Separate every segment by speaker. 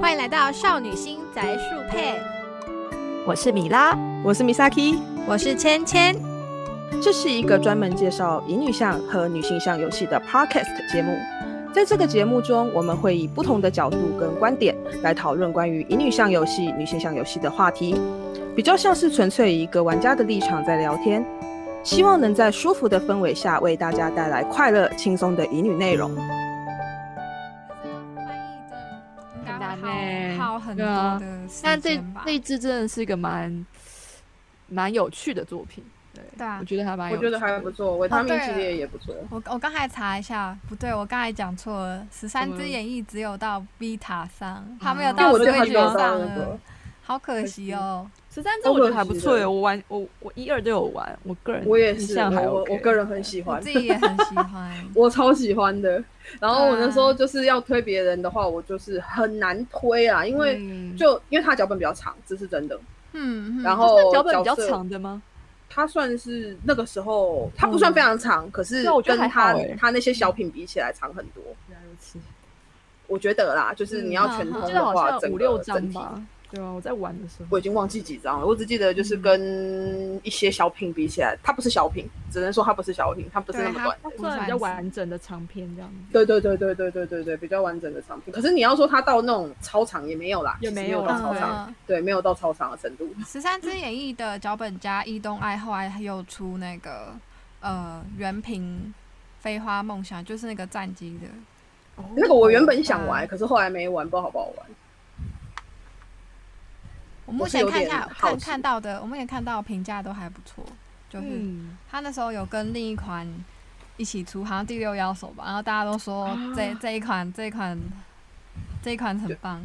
Speaker 1: 欢迎来到少女心宅树配，
Speaker 2: 我是米拉，
Speaker 3: 我是 Misaki，
Speaker 1: 我是芊芊。
Speaker 3: 这是一个专门介绍乙女向和女性向游戏的 Podcast 节目。在这个节目中，我们会以不同的角度跟观点来讨论关于乙女向游戏、女性向游戏的话题，比较像是纯粹以一个玩家的立场在聊天，希望能在舒服的氛围下为大家带来快乐、轻松的乙女内容。
Speaker 1: 翻译的应该
Speaker 2: 很难
Speaker 1: 会
Speaker 2: 欸
Speaker 1: 耗耗很多
Speaker 2: 对啊
Speaker 1: 的时
Speaker 2: 但这
Speaker 1: 间吧
Speaker 2: 这一支真的是一个蛮蛮有趣的作品，对，
Speaker 1: 对啊
Speaker 2: 我觉得还蛮
Speaker 3: 我
Speaker 2: 有趣
Speaker 3: 觉
Speaker 2: 的，
Speaker 3: 得还不错，维
Speaker 1: 他
Speaker 3: 他
Speaker 1: 命
Speaker 3: 命
Speaker 1: 系
Speaker 3: 系
Speaker 1: 列
Speaker 3: 列也不错。
Speaker 1: 我我刚才查一下，不对，我刚才讲错了，《十三
Speaker 2: 怎么
Speaker 1: 只
Speaker 2: 了
Speaker 1: 演义》只有到 Vita 上，它
Speaker 2: 啊
Speaker 1: 没有
Speaker 3: 因为
Speaker 1: 到
Speaker 3: 我对他
Speaker 1: Switch
Speaker 3: 就有到
Speaker 1: 上
Speaker 3: 那个
Speaker 1: 了，，好可惜哦。
Speaker 2: 十三支
Speaker 3: 都
Speaker 2: 我觉得
Speaker 3: 可
Speaker 2: 还不
Speaker 3: 惜
Speaker 2: 错
Speaker 3: 的
Speaker 2: 耶，我玩我我一二都有玩，我个人
Speaker 3: 我也
Speaker 2: 印
Speaker 3: 是，
Speaker 2: 象还
Speaker 3: 我
Speaker 2: OK
Speaker 3: 我个人很喜
Speaker 1: 我
Speaker 3: 欢。
Speaker 1: 自。己也很喜欢
Speaker 3: 我超喜欢的。然后我那时候
Speaker 1: 嗯
Speaker 3: 就是要推别人的话，我就是很难推啊，因为
Speaker 2: 嗯
Speaker 3: 就、因为他脚本比较长，这是真的。
Speaker 1: 嗯，嗯
Speaker 3: 然
Speaker 2: 这
Speaker 3: 后
Speaker 2: 脚本比较
Speaker 3: 哦角色
Speaker 2: 长的吗？
Speaker 3: 他算是那个时候，他不算非常长，可是
Speaker 2: 嗯那我觉得
Speaker 3: 跟
Speaker 2: 还
Speaker 3: 他
Speaker 2: 好欸
Speaker 3: 他那些小品比起来长很多。
Speaker 2: 原来如此，
Speaker 3: 我觉得啦，就是你要全通
Speaker 1: 嗯
Speaker 2: 记得
Speaker 3: 的
Speaker 2: 好
Speaker 3: 话，
Speaker 2: 像
Speaker 3: 整
Speaker 2: 五
Speaker 3: 个
Speaker 2: 六张
Speaker 3: 整体
Speaker 2: 吧，对啊，我在玩的时候
Speaker 3: 我已经忘记几张了，我只记得
Speaker 2: 嗯
Speaker 3: 就是跟一些小品比起来，它不是小品，只能说它不是小品，它不是那
Speaker 1: 对
Speaker 3: 么
Speaker 1: 它
Speaker 3: 短。
Speaker 2: 它算比较完整的长篇这样子，
Speaker 3: 对对对对对对对对，比较完整的长篇。可是你要说它到那种超长也没有啦，
Speaker 2: 也
Speaker 3: 其实
Speaker 2: 没
Speaker 3: 没有
Speaker 2: 有
Speaker 3: 到
Speaker 2: 啦
Speaker 3: 超
Speaker 2: 对
Speaker 3: 长，
Speaker 2: 啊
Speaker 1: 嗯，
Speaker 3: 对，没有到超长的程度。
Speaker 1: 十三只演义的脚本家伊东爱后来又出那个呃原平飞花梦想，就是那个战机的，
Speaker 3: 那个我原本
Speaker 1: 嗯
Speaker 3: 想玩，可是后来没玩，不知道好不好玩。
Speaker 1: 我目前看一下
Speaker 3: 我是有点好
Speaker 1: 看
Speaker 3: 奇
Speaker 1: 看到的，我目前看到评价都还不错，就是、
Speaker 2: 嗯，
Speaker 1: 他那时候有跟另一款一起出，好像第六妖手吧，然后大家都说
Speaker 3: 啊
Speaker 1: 这、这一款这一款这一款很棒。
Speaker 3: 哦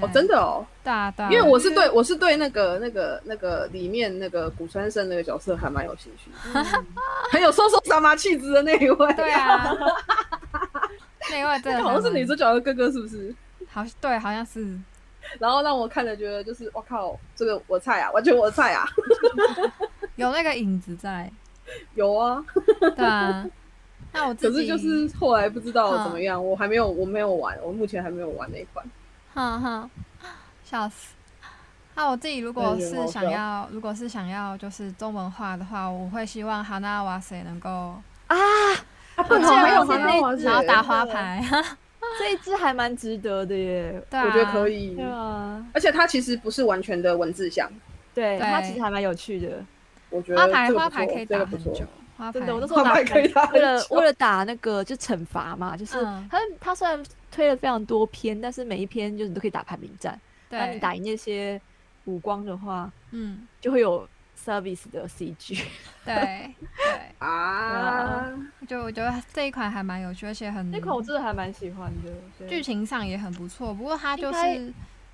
Speaker 1: 对，
Speaker 3: 真的哦，
Speaker 1: 对啊对啊，
Speaker 3: 因为我是对我是对那个那个那个里面那个古川胜那个角色还蛮有兴趣的， 很有收收傻妈气质的那一位。
Speaker 1: 嗯对，啊， 那外真的
Speaker 3: 好像是女主角的哥哥是不是？
Speaker 1: 好对，好像是
Speaker 3: 然后让我看了觉得就是我靠，这个我菜啊，完全我菜啊。
Speaker 1: 有那个影子在，
Speaker 3: 有啊，
Speaker 1: 对啊。那我自
Speaker 3: 可
Speaker 1: 己嗯
Speaker 3: 是就是后来不知道怎么样，我还没有我没有玩，我目前还没有玩那一款。
Speaker 1: 哼哼，笑死。那我自己如果
Speaker 3: 对
Speaker 1: 是
Speaker 3: 有
Speaker 1: 想
Speaker 3: 好笑
Speaker 1: 要，如果是想要就是中文化的话，我会希望哈娜瓦塞能够
Speaker 3: 啊，
Speaker 1: 对好
Speaker 3: 还有
Speaker 1: 像欸
Speaker 3: 还有，
Speaker 1: 然后打花牌，
Speaker 2: 这一支还蛮值得的耶，
Speaker 1: 对啊，
Speaker 3: 我觉得可以
Speaker 2: 对。啊，
Speaker 3: 而且它其实不是完全的文字像，
Speaker 2: 对，它
Speaker 1: 对
Speaker 2: 其实还蛮有趣的。
Speaker 3: 我觉得
Speaker 1: 花牌
Speaker 3: 这个不
Speaker 1: 花
Speaker 3: 错
Speaker 1: 牌可以
Speaker 3: 这
Speaker 1: 打
Speaker 3: 个不
Speaker 1: 很
Speaker 3: 错
Speaker 1: 久，花牌
Speaker 2: 真的，我那时候
Speaker 3: 他
Speaker 2: 打
Speaker 3: 们还可以打
Speaker 2: 为
Speaker 3: 很
Speaker 2: 了
Speaker 3: 久
Speaker 2: 为了打那个就惩罚嘛，就是
Speaker 1: 嗯
Speaker 2: 他他虽然推了非常多篇，但是每一篇就是你都可以打排名战。当你
Speaker 1: 对，
Speaker 2: 打赢那些武光的话，
Speaker 1: 嗯，
Speaker 2: 就会有 service 的 CG。
Speaker 1: 对对，
Speaker 3: 啊，
Speaker 1: 就我觉得这一款还蛮有趣，而且很
Speaker 2: 那款我真的还蛮喜欢的，
Speaker 1: 剧
Speaker 2: 嗯剧
Speaker 1: 情上也很不错，不过它就
Speaker 2: 应该
Speaker 1: 是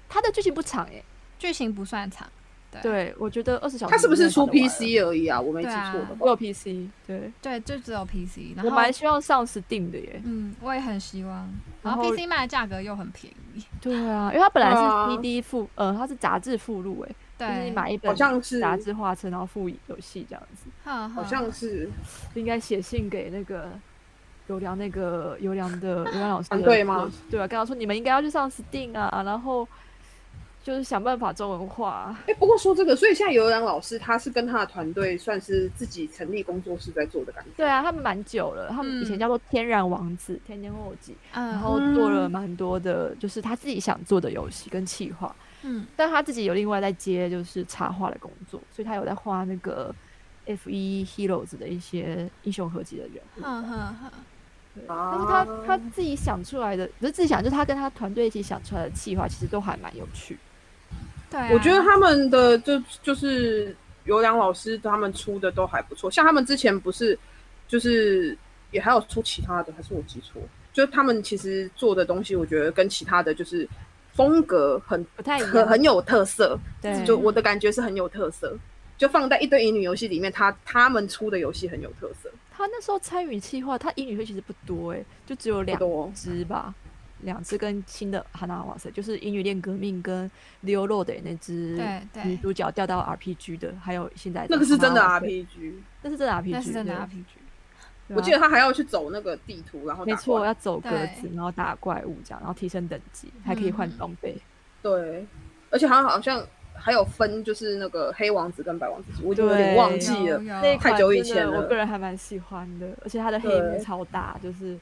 Speaker 2: 它的剧情不长耶。
Speaker 1: 剧情不算长，对
Speaker 2: 对，我觉得二十小时
Speaker 3: 它是不是出
Speaker 2: 应该打得完
Speaker 3: PC 而已啊？我没记错的话。
Speaker 2: 我有 PC，对
Speaker 1: 对，就只有 PC，然
Speaker 2: 我
Speaker 1: 后
Speaker 2: 蛮希望上 Steam 的耶。
Speaker 1: 嗯，我也很希望，然
Speaker 2: 然
Speaker 1: 后
Speaker 2: 后
Speaker 1: PC 卖的价格又很便宜，
Speaker 2: 对啊，因为它本来是
Speaker 3: 对啊
Speaker 2: CD 附，呃，它是杂志附录哎，就是
Speaker 1: 对，啊
Speaker 2: 你买一本
Speaker 3: 好像是，
Speaker 2: 杂志画册，然后附游戏这样子。
Speaker 1: 好
Speaker 3: 好像是
Speaker 2: 应该写信给那个有良那个有良的有良老师
Speaker 3: 团
Speaker 2: 的
Speaker 3: 队吗？
Speaker 2: 对啊，跟他说你们应该要去上 Steam 啊，然后就是想办法中文化。啊
Speaker 3: 哎、不过说这个，所以现在尤良老师他是跟他的团队算是自己成立工作室在做的感觉。
Speaker 2: 对啊，他们蛮久了，他们以前叫做天然王子、天天后记，然
Speaker 1: 嗯
Speaker 2: 后做了蛮多的，就是他自己想做的游戏跟企划，
Speaker 1: 嗯
Speaker 2: 但他自己有另外在接就是插画的工作，所以他有在画那个 F 一 Heroes 的一些英雄合集的人物。
Speaker 1: 哼哼哼，
Speaker 3: 啊
Speaker 2: 但是他他自己想出来的，不是自己想，就是他跟他团队一起想出来的计划，其实都还蛮有趣。
Speaker 1: 对啊，
Speaker 3: 我觉得他们的就就是尤良老师他们出的都还不错，像他们之前不是就是也还有出其他的，还是我记错？就是他们其实做的东西，我觉得跟其他的就是风格很
Speaker 2: 不太一
Speaker 3: 很
Speaker 2: 样，
Speaker 3: 很有特色，
Speaker 2: 对，
Speaker 3: 就我的感觉是很有特色。就放在一堆乙女游戏里面，他他们出的游戏很有特色，
Speaker 2: 他那时候参与计划，他英语会其实不多哎、就只有
Speaker 3: 不
Speaker 2: 两
Speaker 3: 多。
Speaker 2: 支吧，两支跟新的哈娜瓦塞，就是英语恋革命跟 Leo r o d 那支
Speaker 1: 对对，
Speaker 2: 女主角调到 RPG 的，还有现在
Speaker 3: 那个是真的啊
Speaker 2: Hana Awase，
Speaker 3: RPG，
Speaker 2: 那是真的 RPG，
Speaker 1: 那是真的
Speaker 2: 对
Speaker 1: RPG，
Speaker 2: 对
Speaker 3: 我记
Speaker 2: 啊
Speaker 3: 得他还要去走那个地图，然后打啊
Speaker 2: 没错，
Speaker 3: 怪
Speaker 2: 要走格
Speaker 1: 对
Speaker 2: 子，然后打怪物这样，然后提升等级，还可以换
Speaker 1: 嗯
Speaker 2: 装备。
Speaker 3: 对，而且好像好像还有分，就是那个黑王子跟白王子，我就有点忘记啊
Speaker 1: 有
Speaker 3: 了。
Speaker 1: 有
Speaker 2: 那一
Speaker 3: 太
Speaker 2: 款
Speaker 3: 久以
Speaker 2: 真的
Speaker 3: 前
Speaker 2: 我
Speaker 3: 了
Speaker 2: 个人还蛮喜欢的，而且它的黑
Speaker 3: 对
Speaker 2: 幕超大，就是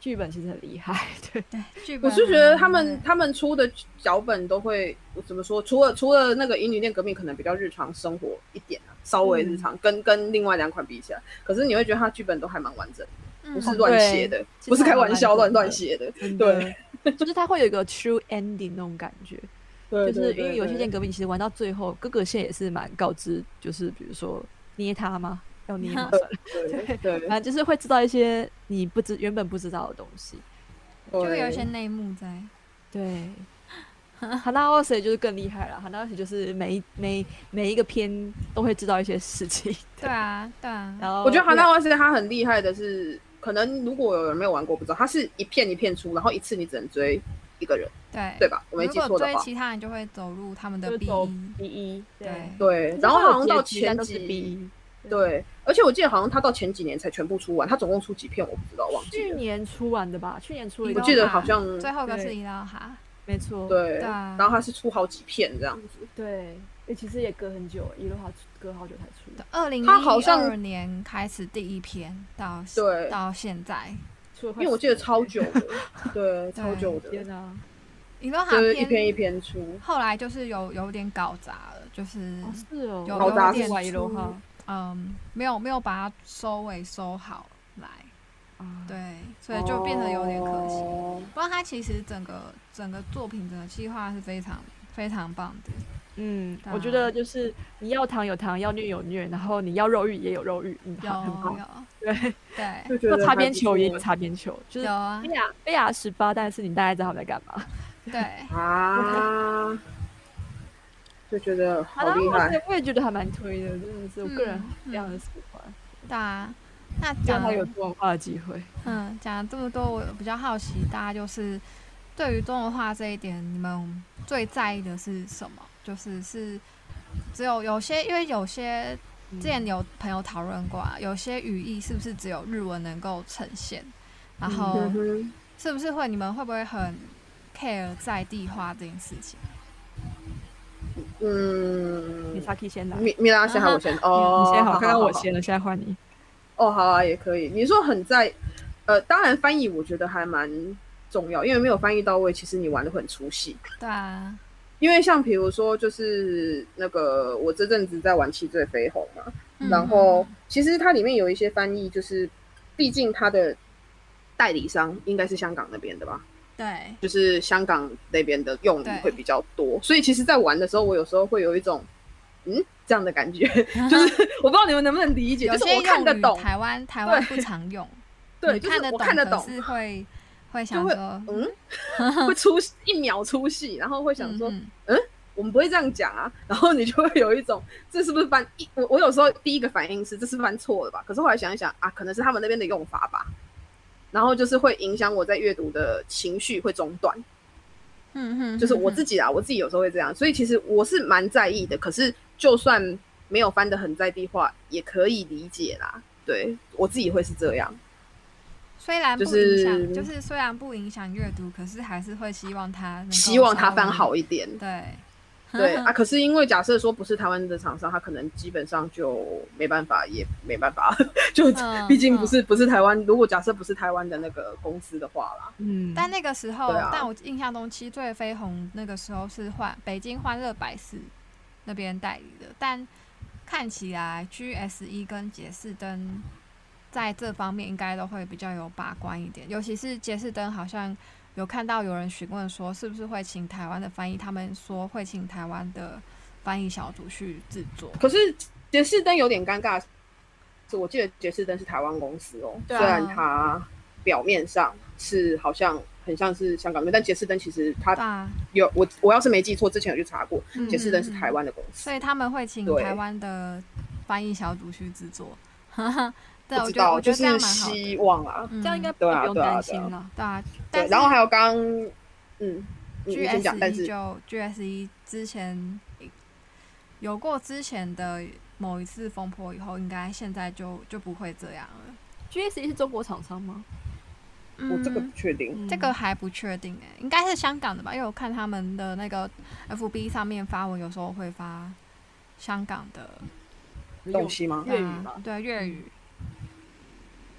Speaker 2: 剧本其实很厉害，对，
Speaker 1: 剧本
Speaker 3: 我是觉得
Speaker 1: 很
Speaker 3: 他
Speaker 1: 对
Speaker 3: 们他们出的脚本都会我怎么说？除了除了那个《乙女恋革命》可能比较日常生活一点啊，稍微日常，跟跟另外两款比起来，可是你会觉得它剧本都还蛮完整，不是
Speaker 1: 嗯
Speaker 3: 乱
Speaker 2: 对
Speaker 3: 写的，
Speaker 2: 其
Speaker 3: 不是
Speaker 2: 实还
Speaker 3: 开
Speaker 2: 蛮
Speaker 3: 玩笑乱
Speaker 2: 完整的
Speaker 3: 乱写的。
Speaker 2: 真
Speaker 3: 对
Speaker 2: 的，就是它会有一个 true ending 那种感觉，
Speaker 3: 对，
Speaker 2: 就是
Speaker 3: 对
Speaker 2: 因为有些
Speaker 3: 对
Speaker 2: 剑革命其实玩到最后，各个线也是蛮告知，就是比如说捏它吗？要捏 吗？算了，
Speaker 3: 对对对
Speaker 2: 反正就是会知道一些你不知原本不知道的东西，
Speaker 1: 就会有一些内幕在。
Speaker 2: 对。哈娜奥谁就是更厉害了，哈娜奥谁就是每一每每一个篇都会知道一些事情，
Speaker 1: 对啊，对啊，
Speaker 2: 然后
Speaker 3: 我觉得《
Speaker 2: 哈
Speaker 3: 哈
Speaker 2: 娜
Speaker 3: 娜万斯》它很厉害的是，可能如果有人没有玩过，不知道它是一片一片出，然后一次你只能追一个人，
Speaker 1: 对
Speaker 3: 对吧？我没记
Speaker 1: 如
Speaker 3: 错
Speaker 1: 果
Speaker 3: 的
Speaker 1: 追
Speaker 3: 话，
Speaker 1: 其他人就会走入他们的
Speaker 2: 就
Speaker 1: B
Speaker 2: 走
Speaker 1: 一，
Speaker 2: B 一，
Speaker 1: 对，
Speaker 3: 对。然后好像到前几，
Speaker 2: B
Speaker 3: 对，而且我记得好像它到前几年才全部出完，它总共出几片我不知道，忘记
Speaker 2: 去
Speaker 3: 了。
Speaker 2: 年出完的吧？去年出了一
Speaker 3: 我
Speaker 2: 个，
Speaker 1: 移动
Speaker 3: 记得
Speaker 1: 吧
Speaker 3: 好像
Speaker 1: 最后一个是
Speaker 2: 对
Speaker 1: 伊拉哈，
Speaker 2: 没错，
Speaker 3: 对，
Speaker 1: 对啊
Speaker 3: 然后它是出好几片
Speaker 1: 嗯
Speaker 3: 这样子。
Speaker 2: 对，诶其实也隔很久，一路好隔好久才出的，
Speaker 1: 二零
Speaker 3: 他好
Speaker 1: 一
Speaker 3: 像
Speaker 1: 二年开始第一篇到
Speaker 3: 对
Speaker 1: 到现在，
Speaker 2: 出了
Speaker 3: 因
Speaker 2: 快
Speaker 3: 为我记得超久的，对，
Speaker 1: 对
Speaker 3: 超久
Speaker 2: 十天
Speaker 3: 的，
Speaker 2: 啊，
Speaker 1: 伊拉哈
Speaker 3: 就是一篇一篇出。
Speaker 1: 后来就是有有点搞砸了，就是
Speaker 2: 哦是哦，
Speaker 1: 有
Speaker 3: 好杂
Speaker 1: 有点
Speaker 2: 玩一路
Speaker 1: 出
Speaker 2: 哈
Speaker 1: 嗯没有没有把它收尾收好来，
Speaker 2: 啊，
Speaker 1: 对，所以就变得有点可惜。
Speaker 3: 哦
Speaker 1: 不过他其实整个整个作品整个计划是非常非常棒的，
Speaker 2: 嗯，
Speaker 1: 对啊
Speaker 2: 我觉得就是你要糖有糖，要虐有虐，然后你要肉欲也有肉欲，嗯，
Speaker 1: 有
Speaker 2: 好很棒，
Speaker 1: 有
Speaker 2: 对，
Speaker 1: 对
Speaker 3: 就觉
Speaker 2: 要
Speaker 3: 得
Speaker 2: 擦
Speaker 3: 还
Speaker 2: 边
Speaker 3: 不
Speaker 2: 球也有
Speaker 3: 错
Speaker 2: 擦边球，就是哎
Speaker 1: 有啊
Speaker 2: 贝亚贝亚十八，但是你大概知道他们在干嘛。
Speaker 1: 对。
Speaker 3: 啊，就觉得好
Speaker 2: 然后
Speaker 3: 厉
Speaker 2: 我
Speaker 3: 害。
Speaker 2: 也我也觉得还蛮推的，真的是我个人
Speaker 3: 嗯
Speaker 2: 非常的喜欢，
Speaker 1: 对啊，那
Speaker 2: 让
Speaker 1: 讲
Speaker 2: 他有多文化的机会。
Speaker 1: 嗯讲了这么多，我比较好奇大家就是对于中文化这一点，你们最在意的是什么？就是是只有有些，因为有些
Speaker 2: 嗯
Speaker 1: 之前有朋友讨论过啊，有些语义是不是只有日文能够呈现？然后
Speaker 3: 嗯哼，
Speaker 1: 是不是会你们会不会很 care 在地化这件事情？
Speaker 2: 你
Speaker 3: 嗯，
Speaker 2: 萨 K 先来，你
Speaker 3: 米米拉先还是 我先？哦，
Speaker 2: 先好，刚刚我
Speaker 3: 好。
Speaker 2: 先了，现在换你。
Speaker 3: 哦，好啊，也可以。你说很在，呃，当然翻译我觉得还蛮重要，因为没有翻译到位，其实你玩的很出戏。
Speaker 1: 对啊，
Speaker 3: 因为像比如说，就是那个我这阵子在玩《七醉飞鸿》嘛，
Speaker 1: 嗯
Speaker 3: 然后其实它里面有一些翻译，就是毕竟它的代理商应该是香港那边的吧，
Speaker 1: 对，
Speaker 3: 就是香港那边的用语
Speaker 1: 对
Speaker 3: 会比较多，所以其实，在玩的时候，我有时候会有一种嗯这样的感 觉，就是 我不知道你们能不能理解，
Speaker 1: 有
Speaker 3: 就是
Speaker 1: 些
Speaker 3: 我看得
Speaker 1: 用语
Speaker 3: 懂，
Speaker 1: 台湾 台湾不常用，
Speaker 3: 对，
Speaker 1: 你
Speaker 3: 就
Speaker 1: 看
Speaker 3: 是
Speaker 1: 得
Speaker 3: 我
Speaker 1: 懂，
Speaker 3: 看得
Speaker 1: 可
Speaker 3: 懂，
Speaker 1: 是会会想说
Speaker 3: 嗯，会出一秒出戏，然后会想说、
Speaker 1: 嗯嗯
Speaker 3: 我们不会这样讲啊，然后你就会有一种这是不是翻一我我有时候第一个反应是这是翻错了吧，可是后来想一想啊，可能是他们那边的用法吧，然后就是会影响我在阅读的情绪会中断，
Speaker 1: 嗯哼，
Speaker 3: 就是我自己啊，我自己有时候会这样，所以其实我是蛮在意的。可是就算没有翻得很在地化，也可以理解啦。对我自己会是这样，
Speaker 1: 虽然不
Speaker 3: 就
Speaker 1: 影响，
Speaker 3: 是
Speaker 1: 就是虽然不影响阅读，可是还是会希望它能够
Speaker 3: 希望它翻
Speaker 1: 稍
Speaker 3: 好一点。
Speaker 1: 微。对，嗯
Speaker 3: 对啊，可是因为假设说不是台湾的厂商，他可能基本上就没办法，也没办法， 就
Speaker 1: 嗯
Speaker 3: 毕竟不是不是台湾。如果假设不是台湾的那个公司的话啦，
Speaker 2: 嗯，
Speaker 1: 但那个时候，
Speaker 3: 对啊
Speaker 1: 但我印象中《七醉飞鸿》那个时候是换北京欢乐百事那边代理的，但看起来 GSE 跟杰士登在这方面应该都会比较有把关一点，尤其是杰士登好像有看到有人询问说是不是会请台湾的翻译，他们说会请台湾的翻译小组去制作。
Speaker 3: 可是杰士登有点尴尬，是我记得杰士登是台湾公司哦，
Speaker 2: 对啊
Speaker 3: 虽然它表面上是好像很像是香港的，但杰士登其实它
Speaker 1: 对啊，
Speaker 3: 有我我要是没记错，之前有去查过，
Speaker 1: 嗯
Speaker 3: 杰士登是台湾的公司
Speaker 1: 所。以他们会请
Speaker 3: 对
Speaker 1: 台湾的翻译小组去制作。 对，
Speaker 3: 不
Speaker 1: 我
Speaker 3: 知
Speaker 1: 觉得
Speaker 3: 道，
Speaker 1: 我觉
Speaker 3: 就
Speaker 1: 得这样
Speaker 3: 是
Speaker 1: 蛮好的。
Speaker 3: 希望啊，
Speaker 1: 嗯
Speaker 2: 这样应该不
Speaker 3: 对啊
Speaker 2: 用
Speaker 3: 对啊对
Speaker 2: 担心
Speaker 3: 啊
Speaker 2: 了。
Speaker 1: 对啊，但
Speaker 3: 对，
Speaker 1: 是
Speaker 3: 然后还有刚，嗯，你你先讲，但
Speaker 1: GSE
Speaker 3: 是
Speaker 1: 就 GSE 之前有过之前的某一次风波以后，应该现在就就不会这样了。
Speaker 2: GSE E 是中国厂商吗？
Speaker 3: 我哦这个不
Speaker 1: 嗯，
Speaker 3: 确定。
Speaker 1: 这个还不确定哎、应该是香港的吧？因为我看他们的那个 FB 上面发文，有时候会发香港的
Speaker 3: 东西吗？
Speaker 2: 粤语
Speaker 1: 啊
Speaker 2: 吗
Speaker 1: 对，粤语。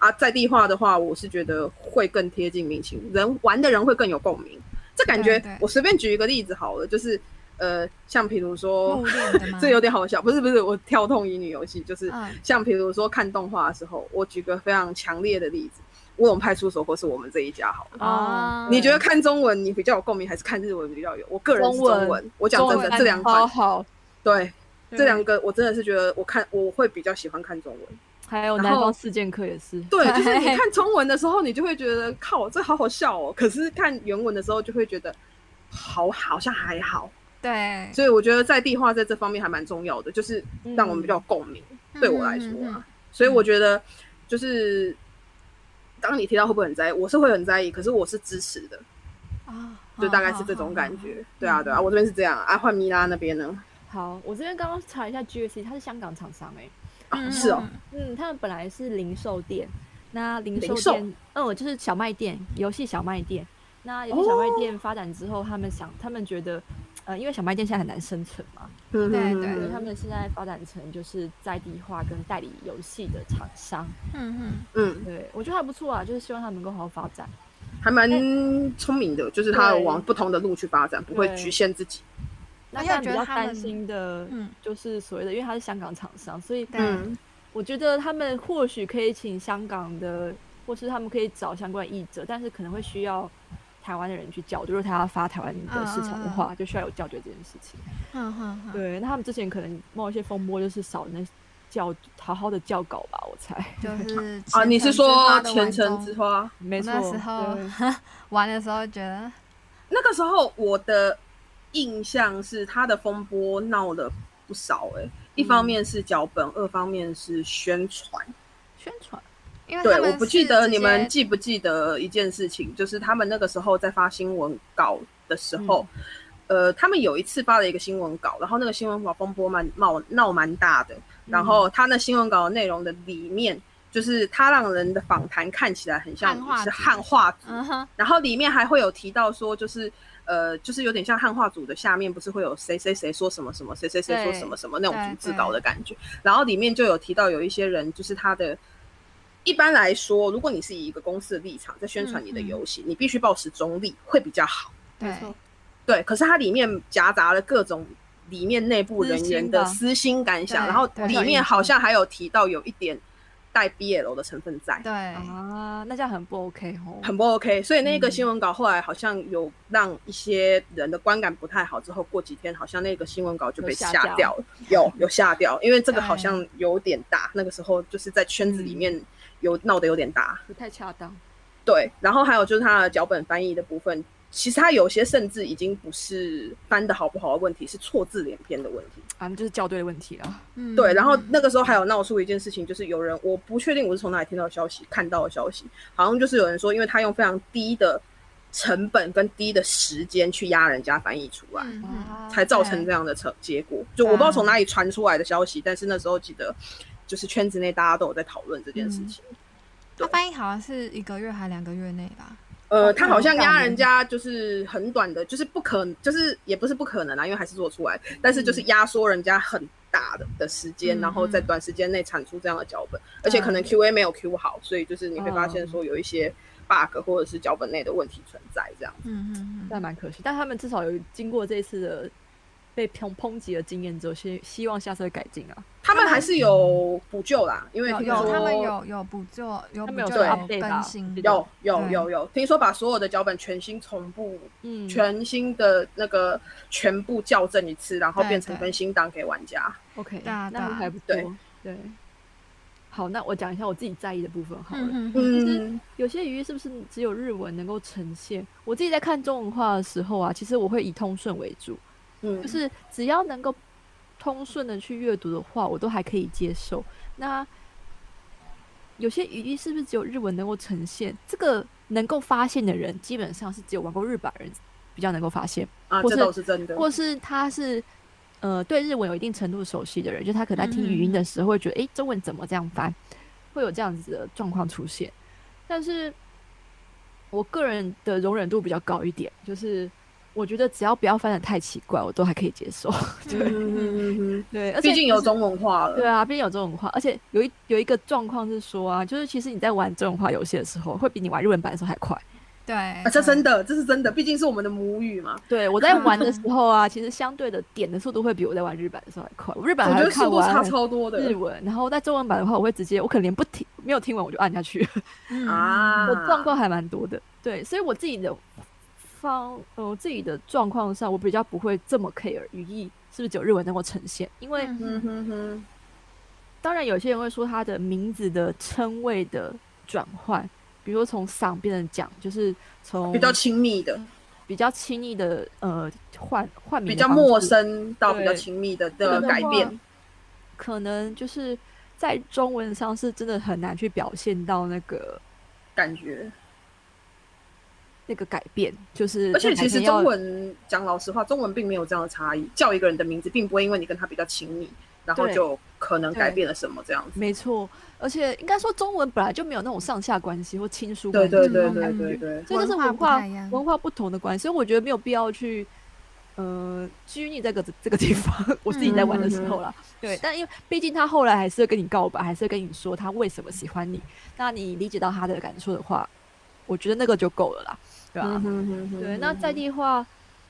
Speaker 3: 啊，在地化的话，我是觉得会更贴近民情，人玩的人会更有共鸣。这感觉
Speaker 1: 对对，
Speaker 3: 我随便举一个例子好了，就是呃，像比如说
Speaker 1: 木，练的吗？
Speaker 3: 哦 这有点好笑，不是不是，我跳痛乙女游戏，就是、
Speaker 1: 嗯
Speaker 3: 像比如说看动画的时候，我举个非常强烈的例子，乌龙派出所或是我们这一家好
Speaker 2: 嗯
Speaker 3: 了。
Speaker 2: 啊
Speaker 1: 哦，
Speaker 3: 你觉得看中文你比较有共鸣，还是看日文比较有？我个人是中文，
Speaker 2: 中文
Speaker 3: 我讲真
Speaker 1: 中
Speaker 3: 的，
Speaker 1: 文哦
Speaker 3: 这两
Speaker 2: 好
Speaker 3: 款
Speaker 2: 好，
Speaker 3: 对这两
Speaker 2: 个
Speaker 3: 个，我真的是觉得我看我会比较喜欢看中文。
Speaker 2: 还有
Speaker 3: 然
Speaker 2: 南
Speaker 3: 后
Speaker 2: 方四剑客也是，
Speaker 3: 对，就是你看中文的时候，你就会觉得靠，这好好笑哦。可是看原文的时候，就会觉得好好像还好。
Speaker 1: 对，
Speaker 3: 所以我觉得在地化在这方面还蛮重要的，就是让我们比较有共鸣。对我来说
Speaker 1: 嗯
Speaker 3: 啊，所以我觉得就是当你提到会不会很在意，我是会很在意，可是我是支持的，
Speaker 1: 啊，
Speaker 3: 就大概是
Speaker 1: 好
Speaker 3: 这种感。
Speaker 1: 好好
Speaker 3: 觉。对啊，对啊，我这边是这样啊。换米拉那边呢？
Speaker 2: 好，我这边刚刚查一下 GSE，它是香港厂商哎、
Speaker 1: 好
Speaker 3: 啊，是哦，，
Speaker 2: 嗯，他们本来是零售店，那零售
Speaker 3: 零售
Speaker 2: 店，嗯，就是小卖店，游戏小卖店。那游戏小卖
Speaker 3: 哦
Speaker 2: 店发展之后，他们想，他们觉得，呃，因为小卖店现在很难生存嘛，
Speaker 3: 对
Speaker 1: 嗯对
Speaker 3: 嗯
Speaker 2: 所
Speaker 1: 对
Speaker 2: 以他们现在发展成就是在地化跟代理游戏的厂商。
Speaker 1: 嗯
Speaker 3: 嗯，
Speaker 2: 对我觉得还不错啊，就是希望他们能够好好发展。
Speaker 3: 还蛮聪明的，就是他
Speaker 2: 对
Speaker 3: 往不同的路去发展，不会
Speaker 2: 对
Speaker 3: 局限自己。
Speaker 2: 那
Speaker 1: 而且
Speaker 2: 但
Speaker 1: 我
Speaker 2: 比
Speaker 1: 觉得
Speaker 2: 较
Speaker 1: 他
Speaker 2: 担
Speaker 1: 们
Speaker 2: 心的
Speaker 1: 嗯，嗯，
Speaker 2: 就是所谓的，因为他是香港厂商，所以
Speaker 1: 对
Speaker 3: 嗯，
Speaker 2: 我觉得他们或许可以请香港的，或是他们可以找相关译者，但是可能会需要台湾的人去校对。如果他要发台湾的市场的
Speaker 1: 嗯
Speaker 2: 话，就需要有校对这件事情。
Speaker 1: 哼哼哼，
Speaker 2: 对，那他们之前可能冒一些风波，就是少那校好好的校稿吧，我猜。
Speaker 1: 就是
Speaker 3: 啊，你是
Speaker 1: 前程之花
Speaker 3: 说
Speaker 1: 的
Speaker 3: 前
Speaker 1: 晚
Speaker 3: 程
Speaker 1: 钟
Speaker 3: 之花？
Speaker 2: 没错，
Speaker 1: 那时候
Speaker 2: 对
Speaker 1: 玩的时候觉得，
Speaker 3: 那个时候我的印象是他的风波闹了不少、欸，一方面是脚本，
Speaker 1: 嗯
Speaker 3: 二方面是宣传。
Speaker 2: 宣传
Speaker 1: 因为他
Speaker 3: 对，
Speaker 1: 们
Speaker 3: 我不记得
Speaker 1: 是直
Speaker 3: 你们
Speaker 1: 接
Speaker 3: 记不记得一件事情，就是他们那个时候在发新闻稿的时候，
Speaker 1: 嗯
Speaker 3: 呃，他们有一次发了一个新闻稿，然后那个新闻稿风波蛮闹闹蛮大的，
Speaker 1: 嗯
Speaker 3: 然后他那新闻稿的内容的里面。就是他让人的访谈看起来很像
Speaker 1: 汉化
Speaker 3: 是
Speaker 1: 组
Speaker 3: 汉化组，
Speaker 1: 嗯哼，
Speaker 3: 然后里面还会有提到说，就是呃，就是有点像汉化组的下面不是会有谁谁谁说什么什么，谁谁谁说什么什么那种
Speaker 1: 对
Speaker 3: 逐字稿的感觉。然后里面就有提到有一些人，就是他的。一般来说，如果你是以一个公司的立场在宣传你的
Speaker 1: 嗯嗯
Speaker 3: 游戏，你必须保持中立会比较好。
Speaker 1: 对
Speaker 2: 没错，
Speaker 3: 对，可是它里面夹杂了各种里面内部人员的
Speaker 2: 私
Speaker 3: 私心感想，
Speaker 1: 对
Speaker 3: 然后
Speaker 1: 对
Speaker 3: 里面好像还有提到有一点带 BL 的成分在。
Speaker 1: 对，
Speaker 2: 啊，那这样很不 OK 哦。
Speaker 3: 很不 OK，所以那个
Speaker 2: 嗯
Speaker 3: 新闻稿后来好像有让一些人的观感不太好，之后过几天好像那个新闻稿就被
Speaker 2: 有下哎
Speaker 3: 下
Speaker 2: 架
Speaker 3: 掉了，有有下掉，因为这个
Speaker 1: 对
Speaker 3: 好像有点大，那个时候就是在圈子里
Speaker 2: 嗯
Speaker 3: 面有闹得有点大，
Speaker 2: 不太恰当，
Speaker 3: 对，然后还有就是它的脚本翻译的部分，其实它有些甚至已经不是翻的好不好的问题，是错字连篇的问题。
Speaker 2: 啊，那就是校对的问题了。
Speaker 1: 嗯
Speaker 3: 对，然后那个时候还有闹出一件事情，就是有人我不确定我是从哪里听到的消息，看到的消息，好像就是有人说，因为他用非常低的成本跟低的时间去压人家翻译出来，
Speaker 1: 嗯嗯
Speaker 2: 啊
Speaker 3: 才造成这样的成结果。就我不知道从哪里传出来的消息，但是那时候记得，就是圈子内大家都有在讨论这件
Speaker 1: 嗯
Speaker 3: 事情。
Speaker 1: 他翻译好像是一个月还两个月内吧，
Speaker 3: 呃，
Speaker 2: 哦
Speaker 3: 他好像
Speaker 2: 那很
Speaker 3: 压
Speaker 2: 感人
Speaker 3: 人家就是很短的，就是不可，就是也不是不可能啊，因为还是做出来，但是就是压缩人家很大的的时间，
Speaker 1: 嗯
Speaker 3: 然后在短时间内产出这样的脚本，而且可能
Speaker 1: 嗯
Speaker 3: Q A 没有 Q 好，所以就是你会发现
Speaker 2: 嗯
Speaker 3: 说有一些 bug 或者是脚本内的问题存在这样。
Speaker 1: 嗯嗯
Speaker 2: 那
Speaker 1: 嗯，
Speaker 2: 蛮可惜，但他们至少有经过这一次的被抨抨击的经验之后，希希望下次会改进啊。
Speaker 3: 他们还是有补救啦，因为
Speaker 1: 有
Speaker 3: 听
Speaker 1: 有
Speaker 3: 说
Speaker 1: 他们有有补救，有
Speaker 2: 他
Speaker 1: 补
Speaker 2: 们有
Speaker 1: 救
Speaker 3: 做
Speaker 1: 有更
Speaker 2: update 吧
Speaker 1: 新
Speaker 2: 对，
Speaker 3: 有有
Speaker 1: 对
Speaker 3: 有有，听说把所有的脚本全新重布，
Speaker 2: 嗯，
Speaker 3: 全新的那个全部校正一次，然后
Speaker 1: 对
Speaker 3: 变成
Speaker 1: 对
Speaker 3: 更新档给玩家。
Speaker 2: OK，
Speaker 1: 对啊
Speaker 2: 那
Speaker 1: 对啊
Speaker 2: 还不
Speaker 3: 对
Speaker 2: 错，对，好，那我讲一下我自己在意的部分好了。
Speaker 1: 嗯嗯
Speaker 3: 嗯
Speaker 2: 有些语义是不是只有日文能够呈现？我自己在看中文化的时候啊，其实我会以通顺为主，
Speaker 3: 嗯，
Speaker 2: 就是只要能够通顺的去阅读的话，我都还可以接受。那有些语义是不是只有日文能够呈现？这个能够发现的人，基本上是只有玩过日版人比较能够发现，
Speaker 3: 啊，
Speaker 2: 或
Speaker 3: 这
Speaker 2: 是
Speaker 3: 倒是真的。
Speaker 2: 或是他是呃对日文有一定程度熟悉的人，就他可能在听语音的时候会觉得，诶，中文怎么这样翻，会有这样子的状况出现。但是我个人的容忍度比较高一点，就是我觉得只要不要翻的太奇怪，我都还可以接受。
Speaker 3: 嗯嗯嗯
Speaker 2: 对，而
Speaker 3: 嗯，
Speaker 2: 且
Speaker 3: 毕竟
Speaker 2: 就
Speaker 3: 有
Speaker 2: 是
Speaker 3: 中文化了。
Speaker 2: 对啊，毕竟有这种话，而且有一有一个状况是说啊，就是其实你在玩这种话游戏的时候，会比你玩日文版的时候还快。
Speaker 1: 对，嗯
Speaker 3: 啊，这
Speaker 1: 对
Speaker 3: 真的，这是真的，毕竟是我们的母语嘛。
Speaker 2: 对 我在玩的时候啊，其实相对的点的速度会比我在玩日版的时候还快。我日
Speaker 3: 我
Speaker 2: 版
Speaker 3: 觉
Speaker 2: 还
Speaker 3: 得
Speaker 2: 会
Speaker 3: 速
Speaker 2: 看
Speaker 3: 度差
Speaker 2: 完
Speaker 3: 超多
Speaker 2: 日
Speaker 3: 的
Speaker 2: 文，然后在中文版的话，我会直接我可能连不听没有听完我就按下去，
Speaker 1: 嗯
Speaker 3: 啊！
Speaker 2: 我状况还蛮多的。对，所以我自己的方呃我自己的状况上，我比较不会这么 care 语义是不是只有日文能够呈现，因为
Speaker 1: 嗯
Speaker 3: 嗯哼哼，
Speaker 2: 当然，有些人会说他的名字的称谓的转换，比如说从嗓变成讲，就是从
Speaker 3: 比较亲密的，
Speaker 2: 比较轻易的呃换换名，
Speaker 3: 比较陌，生到比较
Speaker 2: 对
Speaker 3: 亲密的
Speaker 2: 这
Speaker 3: 的
Speaker 2: 个的
Speaker 3: 改
Speaker 2: 话
Speaker 3: 变。
Speaker 2: 可能就是在中文上是真的很难去表现到那个
Speaker 3: 感觉，
Speaker 2: 那个改变，就是
Speaker 3: 而且
Speaker 2: 那改
Speaker 3: 其实
Speaker 2: 变要
Speaker 3: 中文讲老实话，中文并没有这样的差异。叫一个人的名字，并不会因为你跟他比较亲密，然后
Speaker 2: 对
Speaker 3: 就可能改
Speaker 2: 对
Speaker 3: 变了什么这样子。
Speaker 2: 没错，而且应该说中文本来就没有那种上下关系或亲疏关
Speaker 3: 对
Speaker 2: 系，
Speaker 3: 对对
Speaker 1: 嗯
Speaker 3: 对
Speaker 1: 嗯
Speaker 3: 对对，
Speaker 2: 所以这是
Speaker 1: 文
Speaker 2: 文
Speaker 1: 化
Speaker 2: 化
Speaker 1: 不太一样
Speaker 2: 文化不同的关系，所以我觉得没有必要去呃拘泥这个 这个地
Speaker 1: 嗯
Speaker 2: 方。我自己在玩的时候啦，对，但因为毕竟他后来还是会跟你告白，还是会跟你说他为什么喜欢你，那你理解到他的感受的话，我觉得那个就够了啦，对吧、啊
Speaker 3: 嗯哼哼哼
Speaker 2: 对，
Speaker 3: 哼
Speaker 2: 那在地化，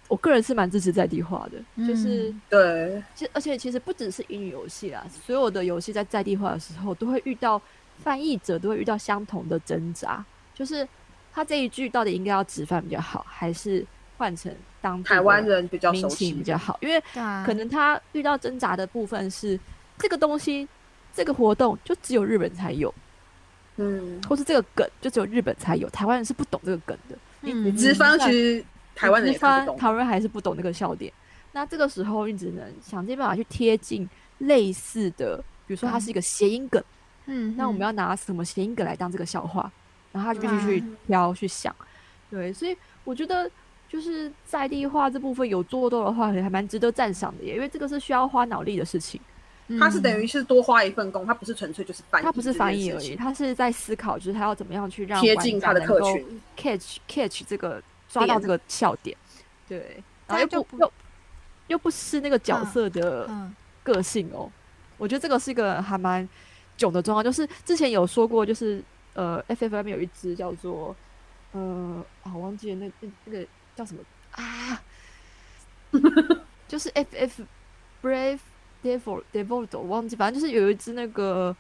Speaker 2: 我个人是蛮支持在地化的，就是。
Speaker 1: 嗯
Speaker 3: 对
Speaker 2: 其而且其实不只是英语游戏啦，所有的游戏在在地化的时候，都会遇到翻译者都会遇到相同的挣扎，就是他这一句到底应该要直翻比较好，还是换成当地的
Speaker 3: 台湾人比较
Speaker 2: 民
Speaker 3: 熟
Speaker 2: 情比
Speaker 3: 悉，
Speaker 2: 较好？因为
Speaker 1: 对啊，
Speaker 2: 可能他遇到挣扎的部分是这个东西。这个活动就只有日本才有，
Speaker 3: 嗯，
Speaker 2: 或是这个梗就只有日本才有，台湾人是不懂这个梗的。
Speaker 1: 嗯
Speaker 3: 直翻其实台湾人
Speaker 2: 你
Speaker 3: 也
Speaker 2: 直
Speaker 3: 看
Speaker 2: 翻
Speaker 3: 不懂，
Speaker 2: 台湾人还是不懂那个笑点。那这个时候，你只能想尽办法去贴近类似的，比如说它是一个谐音梗，
Speaker 1: 嗯，
Speaker 2: 那我们
Speaker 1: 要
Speaker 2: 要拿什么谐音梗来当这个笑话？然后他就必须去
Speaker 3: 嗯
Speaker 2: 挑去想。对，所以我觉得就是在地化这部分有做到的话，还蛮值得赞赏的耶，因为这个是需要花脑力的事情，
Speaker 1: 嗯
Speaker 3: 他是等于是多花一份工，他不是纯粹就是翻译，
Speaker 2: 嗯它不是翻译而已，，它是在思考，就是他要怎么样去让
Speaker 3: 贴
Speaker 2: 玩
Speaker 3: 近
Speaker 2: 家
Speaker 3: 他的
Speaker 2: 能
Speaker 3: 客
Speaker 2: 够
Speaker 3: 群，
Speaker 2: catch catch 这个抓到
Speaker 3: 点
Speaker 2: 这个笑点，对，
Speaker 1: 但
Speaker 2: 然后
Speaker 1: 就
Speaker 2: 又
Speaker 1: 不
Speaker 2: 不又又不失那个角色的
Speaker 1: 嗯
Speaker 2: 个性哦。我觉得这个是一个还蛮囧的状况，就是之前有说过，就是呃，F F M 有一只叫做呃啊，我忘记了那那那个叫什么啊，就是 F F Brave Devil Devil，我忘记，反正就是有一只那个。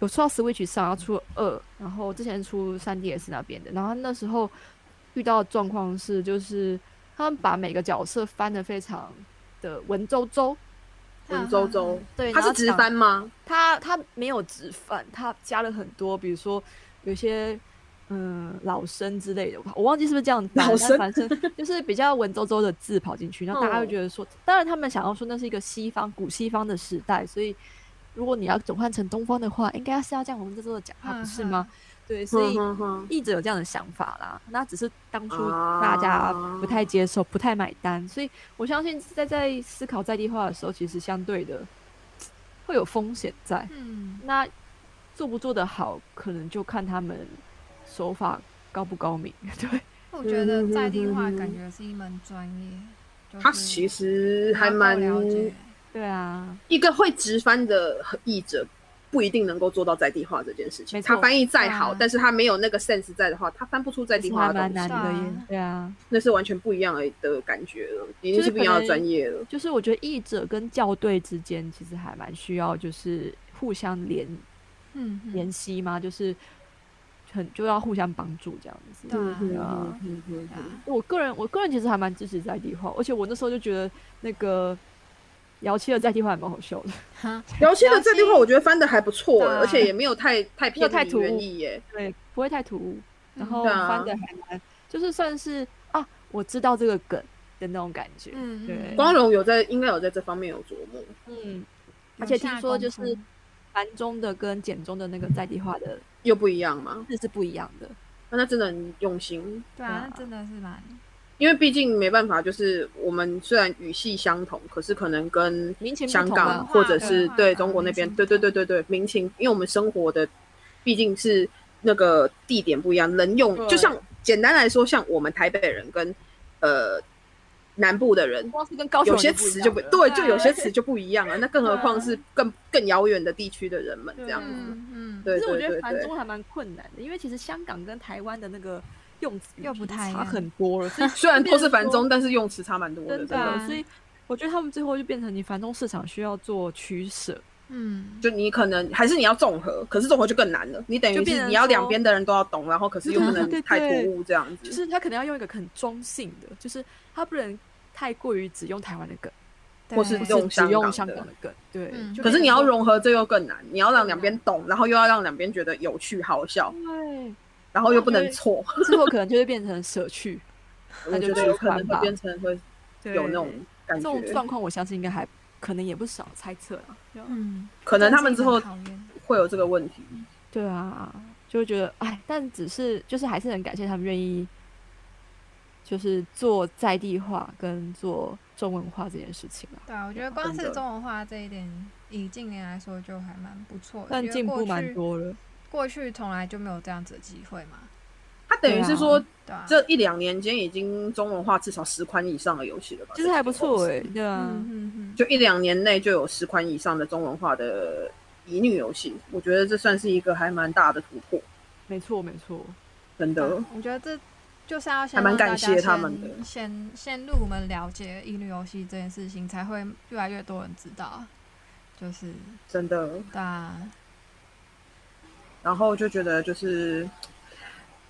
Speaker 2: 有出到 Switch 上，然后出二，然后之前出 3DS 那边的，然后那时候遇到的状况是，就是他们把每个角色翻得非常的文绉绉，
Speaker 3: 文绉绉，，
Speaker 2: 嗯对，
Speaker 3: 他
Speaker 2: 然
Speaker 3: 是
Speaker 2: 后
Speaker 3: 直
Speaker 2: 讲
Speaker 3: 翻吗？
Speaker 2: 他他没有直翻，他加了很多，比如说有些嗯老生之类的，我忘记是不是这样翻，
Speaker 3: 老生哦
Speaker 2: 但反 正就是比较文绉绉的字跑进去，然后大家会觉得说，当然他们想要说那是一个西方古西方的时代，所以如果你要转换成东方的话，应该是要这样文绉绉的讲话，不
Speaker 1: 嗯
Speaker 2: 是
Speaker 3: 嗯
Speaker 2: 吗？对，所以
Speaker 3: 哼哼哼
Speaker 2: 译者有这样的想法啦，那只是当初
Speaker 3: 啊
Speaker 2: 大家不太接受、不太买单，所以我相信在在思考在地化的时候，其实相对的会有风险在。
Speaker 1: 嗯
Speaker 2: 那做不做得好，可能就看他们手法高不高明。 对，
Speaker 1: 我觉得在地化感觉是一门专业，就是
Speaker 2: 嗯
Speaker 3: 他其实
Speaker 1: 你要
Speaker 3: 还
Speaker 1: 够
Speaker 3: 蛮
Speaker 1: 了解，
Speaker 2: 对啊，
Speaker 3: 一个会直翻的译者。不一定能够做到在地化这件事情。
Speaker 2: 没错嗯
Speaker 3: 他翻译再好，
Speaker 1: 对啊
Speaker 3: 但是他没有那个 sense 在的话，他翻不出在
Speaker 2: 其
Speaker 3: 地
Speaker 2: 实
Speaker 3: 化
Speaker 2: 还
Speaker 3: 的东
Speaker 2: 蛮
Speaker 3: 西。
Speaker 2: 难的耶
Speaker 1: 是啊。
Speaker 2: 对啊，
Speaker 3: 那是完全不一样的的感觉了，已经
Speaker 2: 就是是
Speaker 3: 不一样
Speaker 2: 可
Speaker 3: 的
Speaker 2: 能
Speaker 3: 专业了。
Speaker 2: 就是我觉得译者跟校对之间其实还蛮需要，就是互相联
Speaker 1: 嗯嗯
Speaker 2: 联系嘛，就是很就要互相帮助这样子。
Speaker 1: 对啊
Speaker 3: 嗯
Speaker 2: 对啊
Speaker 3: 嗯嗯嗯
Speaker 1: 对啊
Speaker 2: 我个人，我个人其实还蛮支持在地化，而且我那时候就觉得那个摇七的载替换还蛮好笑的，
Speaker 1: 哈，
Speaker 3: 姚七的这句
Speaker 1: 姚
Speaker 3: 话
Speaker 1: 七
Speaker 3: 我觉得翻的还不错，
Speaker 1: 对
Speaker 3: 而且也没有太太
Speaker 2: 啊没有
Speaker 3: 偏
Speaker 2: 太
Speaker 3: 离
Speaker 2: 突
Speaker 3: 原
Speaker 2: 兀
Speaker 3: 意耶。
Speaker 2: 对，不会太突兀，
Speaker 1: 嗯
Speaker 2: 然后
Speaker 3: 对啊
Speaker 2: 翻的还蛮，就是算是啊，我知道这个梗的那种感觉，
Speaker 1: 嗯，
Speaker 2: 对
Speaker 1: 嗯
Speaker 3: 光荣有在应该有在这方面有琢磨。
Speaker 2: 嗯，
Speaker 1: 有
Speaker 2: 而且
Speaker 1: 下
Speaker 2: 听说就
Speaker 1: 功
Speaker 2: 是
Speaker 1: 夫
Speaker 2: 繁中的跟简中的那个载替换的
Speaker 3: 又不一样嘛，
Speaker 2: 字是不一样的，
Speaker 3: 那他真的很用心，
Speaker 1: 对
Speaker 2: 对
Speaker 1: 啊
Speaker 2: 啊，
Speaker 1: 那真的是蛮
Speaker 3: 因为毕竟没办法，就是我们虽然语系相同，可是可能跟
Speaker 2: 民情不
Speaker 3: 香
Speaker 2: 同
Speaker 3: 港
Speaker 2: 啊，
Speaker 3: 或者是
Speaker 1: 文化
Speaker 3: 对
Speaker 1: 文化
Speaker 3: 中国那边，
Speaker 1: 民
Speaker 3: 对
Speaker 1: 情
Speaker 3: 对对对对，民情，因为我们生活的毕竟是那个地点不一样，能用
Speaker 2: 对
Speaker 3: 就像简单来说，像我们台北人跟呃南部的人。
Speaker 2: 光是跟高雄
Speaker 3: 有
Speaker 2: 人
Speaker 3: 些
Speaker 2: 不一
Speaker 3: 词
Speaker 2: 样
Speaker 3: 就不
Speaker 2: 了
Speaker 3: 对，
Speaker 1: 对
Speaker 3: 就有些词就不一样了。那更何况
Speaker 2: 对啊
Speaker 3: 是更更遥远的地区的人们这样子。
Speaker 1: 嗯嗯，
Speaker 3: 对
Speaker 2: 可是
Speaker 3: 对
Speaker 2: 我觉
Speaker 3: 对
Speaker 2: 得繁
Speaker 3: 对，
Speaker 2: 中还蛮困难的，因为其实香港跟台湾的那个用词
Speaker 1: 又不
Speaker 2: 已经
Speaker 1: 太一
Speaker 2: 差
Speaker 1: 样
Speaker 2: 很多了，所以
Speaker 3: 虽然
Speaker 2: 变
Speaker 3: 都是
Speaker 2: 成
Speaker 3: 繁
Speaker 2: 说
Speaker 3: 中，但是用词差蛮多的，啊
Speaker 2: 真
Speaker 3: 真的。
Speaker 2: 的，啊
Speaker 1: 的
Speaker 2: 所以我觉得他们最后就变成你繁中市场需要做取舍，
Speaker 1: 嗯，
Speaker 3: 就你可能还是你要综合，可是综合就更难了。你等于
Speaker 2: 就变
Speaker 3: 是
Speaker 2: 成
Speaker 3: 你要两
Speaker 2: 说
Speaker 3: 边的人都要懂，然后可是又不
Speaker 2: 对
Speaker 3: 能
Speaker 2: 对
Speaker 3: 太
Speaker 2: 对
Speaker 3: 突兀这样
Speaker 2: 就
Speaker 3: 子。
Speaker 2: 是他可能要用一个很中性的，就是他不能太过于只用台湾的梗，
Speaker 1: 对
Speaker 3: 或是
Speaker 2: 或
Speaker 3: 用
Speaker 2: 是
Speaker 3: 香
Speaker 2: 只
Speaker 3: 港
Speaker 2: 用香
Speaker 3: 的
Speaker 2: 港的梗，对
Speaker 1: 嗯。
Speaker 2: 就
Speaker 3: 可是
Speaker 2: 变
Speaker 3: 你要
Speaker 2: 成说
Speaker 3: 融合，这又更难。你要让两边懂，然后又要让两边觉得有趣好笑，
Speaker 2: 哦对，
Speaker 3: 然后又不
Speaker 2: 我觉
Speaker 3: 能
Speaker 2: 得
Speaker 3: 错。
Speaker 2: 之后可能就会变成舍去，
Speaker 3: 我
Speaker 2: 那
Speaker 3: 觉
Speaker 2: 就
Speaker 3: 得
Speaker 2: 去
Speaker 3: 有可
Speaker 2: 翻
Speaker 3: 能会
Speaker 2: 吧
Speaker 3: 变成会有那种
Speaker 2: 对
Speaker 3: 感
Speaker 2: 这种
Speaker 3: 觉，
Speaker 2: 状况，我相信应该还可能也不少，猜测啊。
Speaker 1: 嗯，
Speaker 3: 可能
Speaker 1: 真的
Speaker 3: 他们
Speaker 1: 是
Speaker 3: 之
Speaker 1: 一个
Speaker 3: 后
Speaker 1: 考验
Speaker 3: 会有这个问题。
Speaker 2: 对啊，就会觉得哎，但只是就是还是很感谢他们愿意，就是做在地化跟做中文化这件事情啊，
Speaker 1: 对啊，我觉得光
Speaker 3: 真
Speaker 1: 是
Speaker 3: 的
Speaker 1: 中文化这一点，以近年来说就还蛮不错的，
Speaker 2: 但
Speaker 1: 因为
Speaker 2: 进
Speaker 1: 过
Speaker 2: 步蛮
Speaker 1: 去，
Speaker 2: 多了。
Speaker 1: 过去从来就没有这样子的机会嘛，
Speaker 3: 它等于是说，
Speaker 1: 对啊，
Speaker 3: 这一两年间已经中文化至少十款以上的游戏了吧？
Speaker 2: 其实还不错哎、
Speaker 3: 哎，
Speaker 2: 对啊，
Speaker 1: 嗯嗯嗯，
Speaker 3: 就一两年内就有十款以上的中文化的乙女游戏，我觉得这算是一个还蛮大的突破，
Speaker 2: 没错没错，
Speaker 3: 真
Speaker 1: 对
Speaker 3: 的
Speaker 2: 嗯
Speaker 1: 啊。我觉得这就是要
Speaker 3: 还
Speaker 1: 先
Speaker 3: 蛮
Speaker 1: 让
Speaker 3: 感
Speaker 1: 大家
Speaker 3: 谢他
Speaker 1: 先
Speaker 3: 们的
Speaker 1: 先先入门了解乙女游戏这件事情，才会越来越多人知道啊，就是
Speaker 3: 真的。
Speaker 1: 对啊，
Speaker 3: 然后就觉得就是，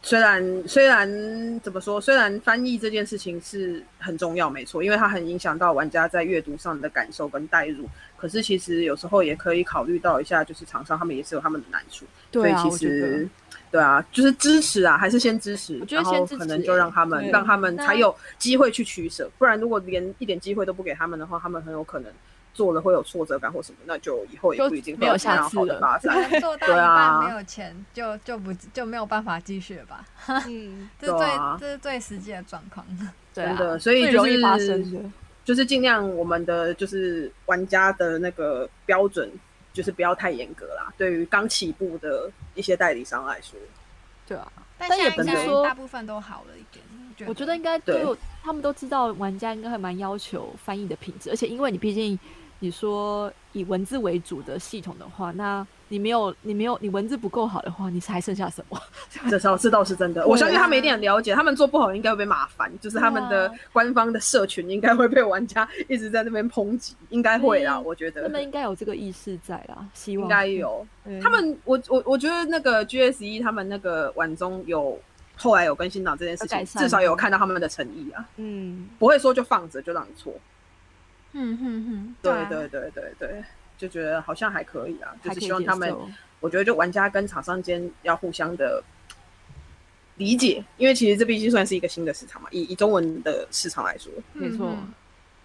Speaker 3: 虽然虽然怎么说，虽然翻译这件事情是很重要，没错，因为它很影响到玩家在阅读上的感受跟代入。可是其实有时候也可以考虑到一下，就是厂商他们也是有他们的难处，
Speaker 2: 对啊，
Speaker 3: 所以
Speaker 2: 我
Speaker 3: 其
Speaker 2: 觉得
Speaker 3: 实。对啊，就是支持啊，还是先支持，
Speaker 2: 我觉得
Speaker 3: 然后
Speaker 2: 先支持
Speaker 3: 可能就让他们
Speaker 2: 对
Speaker 3: 让他们
Speaker 2: 那
Speaker 3: 才有机会去取舍，不然如果连一点机会都不给他们的话，他们很有可能做了会有挫折感或什么，那就以后也
Speaker 2: 就
Speaker 3: 不一定会
Speaker 2: 没有
Speaker 3: 这样
Speaker 2: 下次
Speaker 3: 好的
Speaker 2: 了
Speaker 3: 发展。
Speaker 1: 做到
Speaker 3: 对
Speaker 1: 一
Speaker 3: 啊
Speaker 1: 半没有钱，就就不就没有办法继续了吧，
Speaker 2: 嗯，
Speaker 1: 这是
Speaker 3: 对
Speaker 1: 最、
Speaker 3: 啊
Speaker 1: 这是最实际的状况。
Speaker 2: 对
Speaker 3: 真
Speaker 2: 啊，
Speaker 3: 的所以
Speaker 2: 最
Speaker 3: 就
Speaker 2: 容易发
Speaker 3: 是
Speaker 2: 生的，
Speaker 3: 就是尽量我们的就是玩家的那个标准，就是不要太严格啦。对于刚起步的一些代理商来说，
Speaker 2: 对啊。
Speaker 1: 但
Speaker 2: 但
Speaker 1: 现
Speaker 2: 也
Speaker 1: 在
Speaker 3: 不
Speaker 1: 应
Speaker 3: 是
Speaker 1: 该
Speaker 2: 说
Speaker 1: 大部分都好了一点，
Speaker 2: 我觉得应该
Speaker 3: 对
Speaker 2: 都有，他们都知道玩家应该还蛮要求翻译的品质，而且因为你毕竟你说以文字为主的系统的话，那你没有你没有你文字不够好的话，你还剩下什么？
Speaker 3: 这倒这倒是真的。
Speaker 2: 对啊
Speaker 3: 我相信他们一定很了解，他们做不好应该会被麻烦，就是他们的官方的社群应该会被玩家一直在那边抨击，应该会啦，
Speaker 2: 嗯
Speaker 3: 我觉得
Speaker 2: 他们嗯应该有这个意识在啦，希望
Speaker 3: 应该有。
Speaker 2: 对
Speaker 3: 他们，我我我觉得那个 GS 一他们那个晚中有后来有跟新党这件事
Speaker 2: 有
Speaker 3: 情，
Speaker 2: 改善
Speaker 3: 至少有看到他们的诚意啊，
Speaker 2: 嗯，
Speaker 3: 不会说就放着就让你错。
Speaker 1: 嗯哼哼，
Speaker 3: 对
Speaker 1: 啊
Speaker 3: 对对对对，就觉得好像还可以啊，就
Speaker 2: 还
Speaker 3: 是
Speaker 2: 可以
Speaker 3: 希望
Speaker 2: 接
Speaker 3: 他们
Speaker 2: 受，
Speaker 3: 我觉得就玩家跟厂商间要互相的理解，因为其实这毕竟算是一个新的市场嘛，以以中文的市场来说，
Speaker 2: 没
Speaker 1: 嗯
Speaker 2: 错
Speaker 3: 呃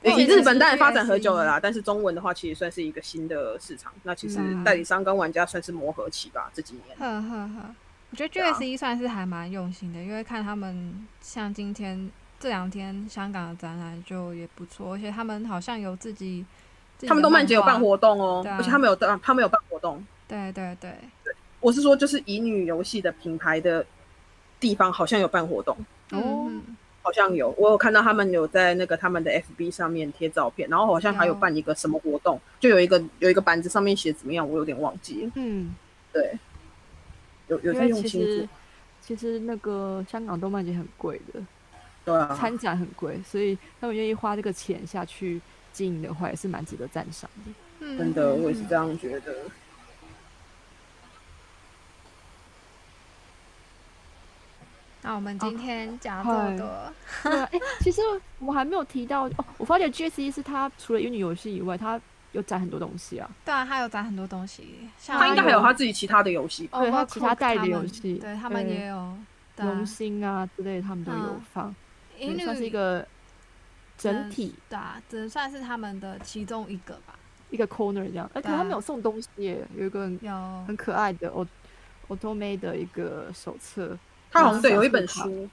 Speaker 1: 对
Speaker 3: 以
Speaker 1: 其实
Speaker 3: 日本当然发展
Speaker 1: GSE
Speaker 3: 很久了啦，但是中文的话其实算是一个新的市场，那其实
Speaker 2: 嗯
Speaker 3: 代理商跟玩家算是磨合期吧，这几年。
Speaker 1: 呵呵呵，我觉得
Speaker 3: 对啊
Speaker 1: GS 一算是还蛮用心的，因为看他们像今天这两天香港的展览就也不错，而且他们好像有自己，自己的
Speaker 3: 他们动漫节有办
Speaker 1: 漫画，
Speaker 3: 活动哦，
Speaker 1: 对啊
Speaker 3: 而且他们有办，他们有办活动。
Speaker 1: 对对对，
Speaker 3: 我是说，就是乙女游戏的品牌的地方好像有办活动，
Speaker 2: 哦
Speaker 1: 嗯嗯
Speaker 3: 好像有，我有看到他们有在那个他们的 FB 上面贴照片，然后好像还有
Speaker 1: 有
Speaker 3: 办一个什么活动，就有一个有一个板子上面写怎么样，我有点忘记了。
Speaker 2: 嗯，
Speaker 3: 对，有有
Speaker 2: 因
Speaker 3: 在
Speaker 2: 为
Speaker 3: 用
Speaker 2: 其
Speaker 3: 心做
Speaker 2: 实，其实那个香港动漫节很贵的，
Speaker 3: 对啊，
Speaker 2: 参展很贵，所以他们愿意花这个钱下去经营的话，也是蛮值得赞赏的。
Speaker 1: 嗯
Speaker 3: 真的，我也是
Speaker 1: 嗯
Speaker 3: 这样觉得。
Speaker 1: 那我们今天讲这么
Speaker 2: 嗨
Speaker 1: 多，
Speaker 2: 对啊，哎、其实我们还没有提到哦，我发觉 GSE 是它除了英语游戏以外，它有展很多东西啊，
Speaker 1: 对啊，他有展很多东西，像
Speaker 3: 他应该还有
Speaker 2: 它
Speaker 3: 他自己其他的游戏吧？
Speaker 2: 对哦他
Speaker 1: Overcooked
Speaker 2: 其他代理
Speaker 1: 他们
Speaker 2: 游戏
Speaker 1: 对他们
Speaker 2: 对
Speaker 1: 也有。对啊
Speaker 2: 龙星啊之类的，他们都有
Speaker 1: 嗯
Speaker 2: 放，
Speaker 1: 英
Speaker 2: 也
Speaker 1: 语
Speaker 2: 算是一个整体
Speaker 1: 对啊，只能算是他们的其中一个吧。
Speaker 2: 一个 corner 这样。哎、可
Speaker 1: 对啊
Speaker 2: 他们有送东西耶，有一个很
Speaker 1: 有
Speaker 2: 很可爱的 o o t o m a 的一个手册，
Speaker 3: 他好像对
Speaker 2: 小
Speaker 3: 有一
Speaker 2: 树
Speaker 3: 本
Speaker 2: 卡
Speaker 3: 书，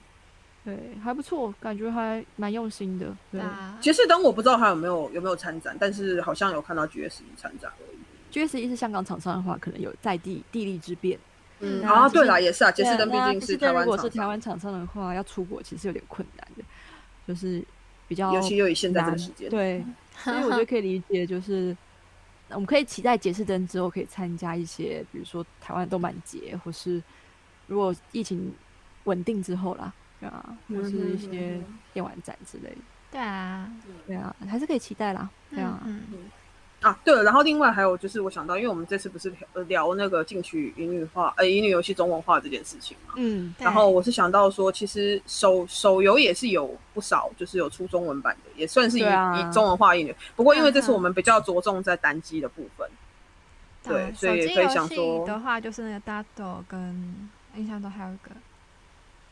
Speaker 2: 对，还不错，感觉还蛮用心的。
Speaker 1: 对
Speaker 2: 对
Speaker 1: 啊，
Speaker 3: 杰士登我不知道他有没有有没有参展，但是好像有看到 GS 参展而已。
Speaker 2: ，GSE E 是香港厂商的话，可能有在地地利之便。
Speaker 1: 嗯
Speaker 3: 嗯，
Speaker 1: 然后
Speaker 3: 啊，
Speaker 2: 就是
Speaker 3: 对啦，也是啊，杰士
Speaker 2: 对
Speaker 3: 登毕
Speaker 2: 那
Speaker 3: 竟
Speaker 2: 就是
Speaker 3: 台
Speaker 2: 如
Speaker 3: 湾
Speaker 2: 果
Speaker 3: 厂
Speaker 2: 是台
Speaker 3: 商，
Speaker 2: 湾厂商的话，要出国其实有点困难的，就是比较
Speaker 3: 尤其又以现在这个
Speaker 2: 难
Speaker 3: 时间，
Speaker 2: 对，所以我觉得可以理解，就是我们可以期待杰士登之后可以参加一些，比如说台湾动漫节，或是如果疫情稳定之后啦，对啊，或是一
Speaker 3: 嗯
Speaker 2: 些电玩展之类的，
Speaker 1: 对啊，
Speaker 2: 对啊，还是可以期待啦，对啊，
Speaker 1: 嗯嗯
Speaker 3: 啊，对了，然后另外还有就是我想到，因为我们这次不是聊呃聊那个进取英语化，呃，英语游戏中文化这件事情嘛。
Speaker 2: 嗯，
Speaker 1: 对
Speaker 3: 然后我是想到说，其实手手游也是有不少，就是有出中文版的，也算是以、
Speaker 2: 对啊
Speaker 3: 以中文化英语。不过因为这
Speaker 1: 嗯嗯
Speaker 3: 次我们比较着重在单机的部分，对
Speaker 1: 啊
Speaker 3: 所
Speaker 1: 手
Speaker 3: 以
Speaker 1: 机
Speaker 3: 可以
Speaker 1: 游
Speaker 3: 想
Speaker 1: 戏
Speaker 3: 说
Speaker 1: 的话，就是那个 d a d o 跟印象中还有一个，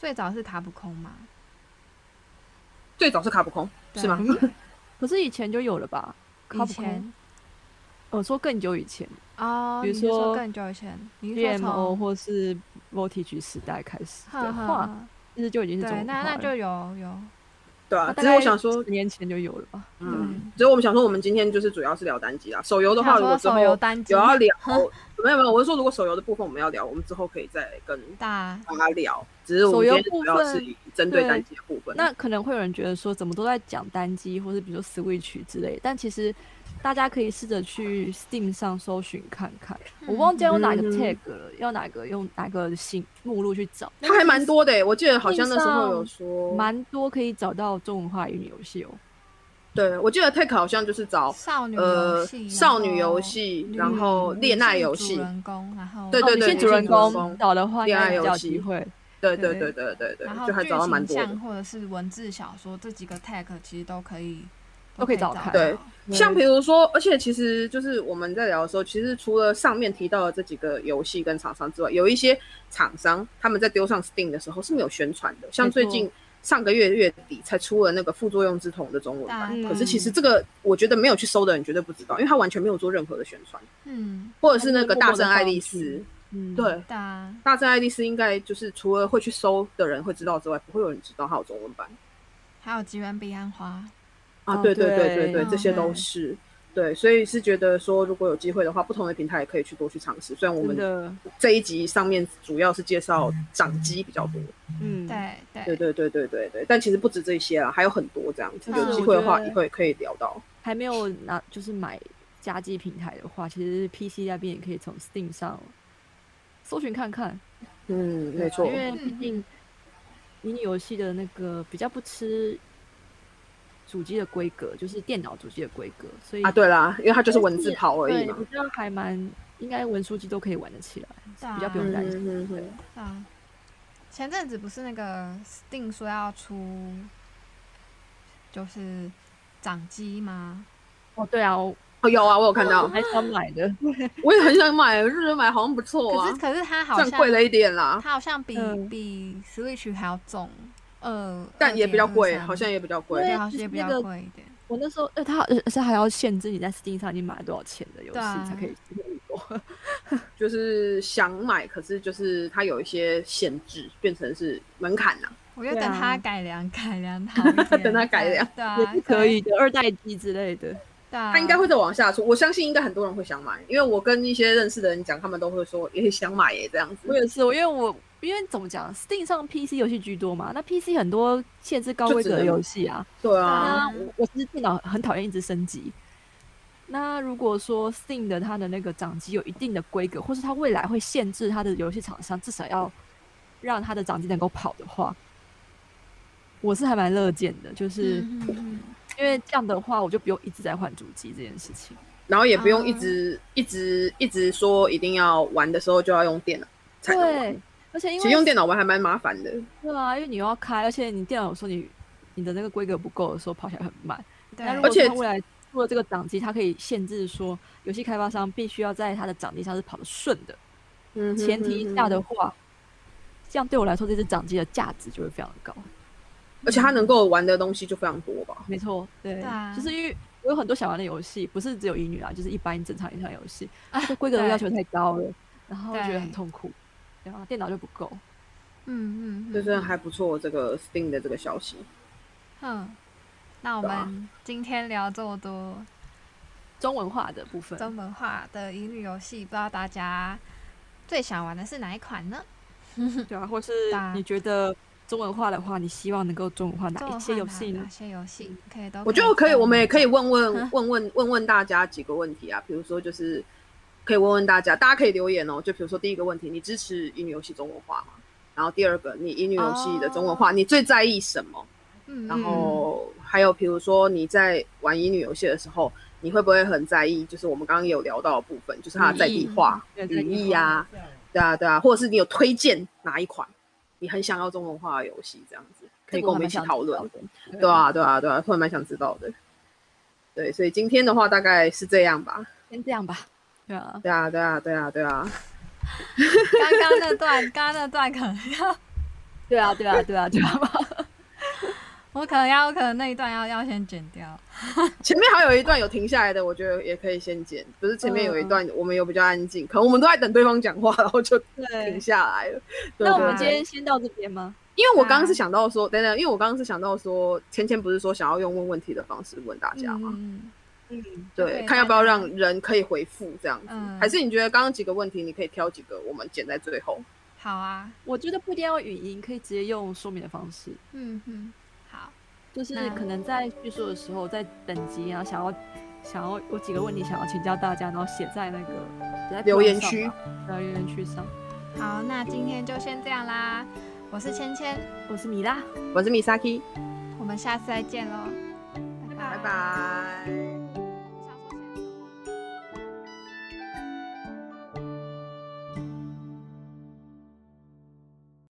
Speaker 1: 最早是卡普空嘛，
Speaker 3: 最早是卡普空，
Speaker 1: 对
Speaker 3: 是吗？
Speaker 1: 对啊
Speaker 2: 可是以前就有了吧？
Speaker 1: 以
Speaker 2: 卡普空，
Speaker 1: 前
Speaker 2: 我说更久以前
Speaker 1: 哦，
Speaker 2: 比如
Speaker 1: 你是说
Speaker 2: 说
Speaker 1: 更久以前，你是说
Speaker 2: ，GMO
Speaker 1: 从
Speaker 2: 或是 Voltage 时代开始
Speaker 1: 呵
Speaker 2: 的
Speaker 1: 呵
Speaker 2: 话，
Speaker 1: 呵
Speaker 2: 其实就已经是中
Speaker 1: 对，
Speaker 2: 文
Speaker 1: 那
Speaker 2: 化
Speaker 1: 那就
Speaker 2: 了。
Speaker 1: 有有
Speaker 3: 对
Speaker 2: 那
Speaker 3: 啊。
Speaker 2: 大
Speaker 3: 只是
Speaker 2: 概
Speaker 3: 我想说，
Speaker 2: 十年前就有了吧？
Speaker 3: 嗯，所以我们想说，我们今天就是主要是聊单机啦。手游的话，
Speaker 1: 想
Speaker 3: 如果
Speaker 1: 说
Speaker 3: 之
Speaker 1: 手游
Speaker 3: 后
Speaker 1: 单机
Speaker 3: 有要啊聊，没有没有，我是说如果手游的部分我们要聊，我们之后可以再跟
Speaker 1: 大
Speaker 3: 大家聊。只是我们今天主要是以针对单机的部分。
Speaker 2: 那可能会有人觉得说，怎么都在讲单机，或是比如说 Switch 之类，但其实大家可以试着去 Steam 上搜寻看看。我忘记要用哪个
Speaker 3: 嗯
Speaker 2: tag 了，要哪个用哪个新目录去找，
Speaker 3: 它还蛮多的、欸我记得好像那时候有说，
Speaker 2: 蛮多可以找到中文化英语游戏哦。
Speaker 3: 对我记得 Take 好像就是找
Speaker 1: 少女游
Speaker 3: 哦呃
Speaker 1: 戏，
Speaker 3: 少女游
Speaker 1: 然后
Speaker 3: 戏，
Speaker 1: 女
Speaker 3: 然后
Speaker 1: 女
Speaker 3: 恋爱
Speaker 1: 性
Speaker 3: 游
Speaker 1: 主
Speaker 3: 戏，
Speaker 1: 人公，然后
Speaker 3: 对对
Speaker 2: 哦、
Speaker 3: 对
Speaker 2: 女性主人
Speaker 3: 女性主人
Speaker 2: 公
Speaker 3: 公
Speaker 2: 找的话，应
Speaker 3: 恋爱
Speaker 2: 该比较有
Speaker 3: 游戏
Speaker 2: 机会。
Speaker 3: 对对对
Speaker 2: 对
Speaker 3: 对对对
Speaker 1: 然，后
Speaker 3: 就还
Speaker 1: 剧
Speaker 3: 找到蛮
Speaker 1: 情
Speaker 3: 多的
Speaker 1: 像。或者是文字小说这几个 tag 其实都可以，
Speaker 2: 都可以
Speaker 1: 找
Speaker 2: 找看
Speaker 3: 对
Speaker 1: 到，
Speaker 3: 像比如说，而且其实就是我们在聊的时候，其实除了上面提到的这几个游戏跟厂商之外，有一些厂商他们在丢上 Steam 的时候是没有宣传的，像
Speaker 2: 没错
Speaker 3: 最近上个月月底才出了那个副作用之痛的中文版，
Speaker 1: 大
Speaker 2: 嗯
Speaker 3: 可是其实这个我觉得没有去搜的人绝对不知道，因为他完全没有做任何的宣传，
Speaker 1: 嗯，
Speaker 3: 或者是那个
Speaker 2: 它
Speaker 3: 大
Speaker 2: 就是默默地
Speaker 3: 圣爱丽
Speaker 2: 放
Speaker 3: 丝
Speaker 2: 置，嗯，
Speaker 3: 对。
Speaker 1: 大
Speaker 3: 大圣爱丽丝应该就是除了会去搜的人会知道之外，不会有人知道它有中文版。
Speaker 1: 还有吉原彼岸花，
Speaker 3: 啊，
Speaker 2: 哦
Speaker 3: 对对对
Speaker 2: 对
Speaker 3: 对对，这些都
Speaker 1: 嗯
Speaker 3: 是对，所以是觉得说，如果有机会的话，不同的平台也可以去多去尝试。虽然我们
Speaker 2: 真的，
Speaker 3: 这一集上面主要是介绍掌机比较多，
Speaker 2: 嗯，
Speaker 1: 对
Speaker 3: 对
Speaker 1: 对，
Speaker 3: 对对对对对，但其实不止这些啦，啊还有很多这样子。
Speaker 1: 嗯
Speaker 3: 有机会的话，
Speaker 2: 我觉得
Speaker 3: 也会可以聊到。
Speaker 2: 还没有拿就是买家机平台的话，其实 PC 那边也可以从 Steam 上搜寻看看，
Speaker 3: 嗯，没错
Speaker 2: 啊因。为毕
Speaker 1: 嗯
Speaker 2: 竟迷你游戏的那个比较不吃主机的规格，就是电脑主机的规格，所以
Speaker 3: 啊，对啦，因为它就是文字跑而已
Speaker 2: 对
Speaker 3: 嘛
Speaker 2: 比。较还蛮应该文书机都可以玩得起
Speaker 1: 对啊
Speaker 2: 来，比较不用
Speaker 3: 嗯
Speaker 2: 担心。
Speaker 3: 嗯嗯，
Speaker 1: 啊，前阵子不是那个 Steam 说要出，就是掌机吗？
Speaker 2: 哦，对啊，我
Speaker 3: 哦，有啊，我有看到，
Speaker 2: 还想买的，
Speaker 3: 我也很想买，日本买好像不错
Speaker 1: 可
Speaker 3: 啊
Speaker 1: 是，可是它好
Speaker 3: 虽
Speaker 1: 像
Speaker 3: 然贵了一点啦，
Speaker 1: 它好像比
Speaker 2: 嗯
Speaker 1: 比 Switch 还要重，呃，
Speaker 3: 但也比较贵，
Speaker 1: 2.23
Speaker 3: 好像也比较贵。
Speaker 1: 对，
Speaker 2: 对
Speaker 1: 好像
Speaker 2: 就是
Speaker 1: 也比
Speaker 2: 那
Speaker 1: 较
Speaker 2: 个
Speaker 1: 贵一点，
Speaker 2: 我那时候，呃，他而且还要限制你在 Steam 上已经买了多少钱的游戏
Speaker 1: 对啊
Speaker 2: 才可以入手
Speaker 3: 就是想买，可是就是它有一些限制，变成是门槛呐、
Speaker 1: 我就
Speaker 2: 对
Speaker 1: 等
Speaker 2: 啊
Speaker 1: 它改良改良好一点，
Speaker 3: 等它改良
Speaker 1: 对啊，
Speaker 2: 也是可以的，二代机之类的。
Speaker 1: 对啊，
Speaker 3: 它应该会再往下出，我相信应该很多人会想买，因为我跟一些认识的人讲，他们都会说也想买耶这样
Speaker 2: 我
Speaker 3: 子。
Speaker 2: 也是，我因为我因为怎么讲，Steam 上 PC 游戏居多嘛，那 PC 很多限制高规格的游戏啊。
Speaker 3: 对
Speaker 1: 啊
Speaker 3: 啊，
Speaker 2: 那我我其实电脑很讨厌一直升级。那如果说 Steam 的它的那个掌机有一定的规格，或是它未来会限制它的游戏厂商至少要让它的掌机能够跑的话，我是还蛮乐见的，就是
Speaker 1: 嗯嗯嗯
Speaker 2: 因为这样的话，我就不用一直在换主机这件事情。
Speaker 3: 然后也不用
Speaker 1: 啊
Speaker 3: 一直、一直一直说一定要玩的时候就要用电脑才能玩。
Speaker 2: 对，而且因
Speaker 3: 其
Speaker 2: 为
Speaker 3: 实用电脑玩还蛮麻烦的。
Speaker 2: 对啊，因为你又要开，而且你电脑有时候你你的那个规格不够的时候跑起来很慢。
Speaker 1: 对
Speaker 2: 那如
Speaker 1: 啊，
Speaker 2: 果
Speaker 3: 而且
Speaker 2: 它未来出了这个掌机，它可以限制说游戏开发商必须要在它的掌机上是跑得顺的
Speaker 3: 嗯哼
Speaker 2: 前提下的，话，这样对我来说这只掌机的价值就会非常的高。
Speaker 3: 而且它能够玩的东西就非常多吧。
Speaker 2: 没错，对，
Speaker 1: 啊
Speaker 2: 就是因为我有很多想玩的游戏，不是只有乙女啊，就是一般正常一场游 戏，这规格都要求太高了，然后觉得很
Speaker 1: 对
Speaker 2: 痛苦，然后电脑就不够。
Speaker 1: 嗯嗯，
Speaker 3: 就
Speaker 1: 嗯
Speaker 3: 是还不错，这个 Steam 的这个消息。
Speaker 1: 哼，嗯那我
Speaker 3: 对啊
Speaker 1: 们今天聊这么多
Speaker 2: 中文化的部分，
Speaker 1: 中文化的乙女游戏，不知道大家最想玩的是哪一款呢？
Speaker 2: 对啊，或是
Speaker 1: 打
Speaker 2: 你觉得中文化的话，你希望能够中文化哪
Speaker 1: 中
Speaker 2: 一
Speaker 1: 文
Speaker 2: 些
Speaker 1: 化
Speaker 2: 游
Speaker 1: 哪
Speaker 2: 戏
Speaker 1: 哪
Speaker 2: 呢？
Speaker 1: 些游戏可以都？
Speaker 3: 我觉得可以，
Speaker 1: 跟
Speaker 3: 我们也可以
Speaker 1: 讲
Speaker 3: 问问问问问问大家几个问题啊，比如说就是可以问问大家，大家可以留言哦。就比如说第一个问题，你支持英语游戏中文化吗？然后第二个，你英语游戏的中文化，你最在意什么？
Speaker 1: 嗯，
Speaker 3: 然
Speaker 1: 嗯
Speaker 3: 后还有比如说你在玩英语游戏的时候，你会不会很在意？就是我们刚刚也有聊到的部分，就是它的在地化、
Speaker 2: 嗯
Speaker 3: 语义啊，对啊对啊，或者是你有推荐哪一款你很想要中文化的游戏，这样子可以跟我们一起讨论。
Speaker 2: 对
Speaker 3: 对，啊，对啊，对啊，突然蛮想知道的。对，所以今天的话大概是这样吧。
Speaker 2: 先这样吧。对啊，
Speaker 3: 对啊，对啊，对啊，对啊，
Speaker 1: 刚刚那段，刚刚那段可能要，
Speaker 2: 对啊，对啊，对啊，对啊，
Speaker 1: 我可能要，我可能那一段要要先剪掉。
Speaker 3: 前面还有一段有停下来的，我觉得也可以先剪。不是前面有一
Speaker 2: 嗯
Speaker 3: 段我们有比较安静，可能我们都在等对方讲话，然后就停
Speaker 2: 对。啊
Speaker 3: 下来了。对
Speaker 2: 那我们
Speaker 3: 对啊
Speaker 2: 今天先到这边吗？
Speaker 3: 因为我刚刚是想到说，等等，因为我刚刚是想到说，芊芊不是说想要用问问题的方式问大家吗？
Speaker 1: 嗯，
Speaker 2: 嗯，
Speaker 3: 对，
Speaker 1: 对
Speaker 3: 看要不要
Speaker 1: 大家
Speaker 3: 让人可以回复这样子，
Speaker 1: 嗯
Speaker 3: 还是你觉得刚刚几个问题你可以挑几个，我们剪在最后？
Speaker 1: 好啊，
Speaker 2: 我觉得不一定要语音，可以直接用说明的方式。
Speaker 1: 嗯嗯，好，
Speaker 2: 就是
Speaker 1: 那
Speaker 2: 可能在叙述的时候，在等级啊，想要想要有几个问题想要请教大家，然后写在那个写在
Speaker 3: 留言
Speaker 2: blog 上
Speaker 3: 区
Speaker 2: 吧，对留言区上。
Speaker 1: 好，那今天就先这样啦。我是芊芊，
Speaker 2: 我是米拉。
Speaker 3: 我是米萨 i
Speaker 1: 我们下次再见喽，
Speaker 3: 拜拜。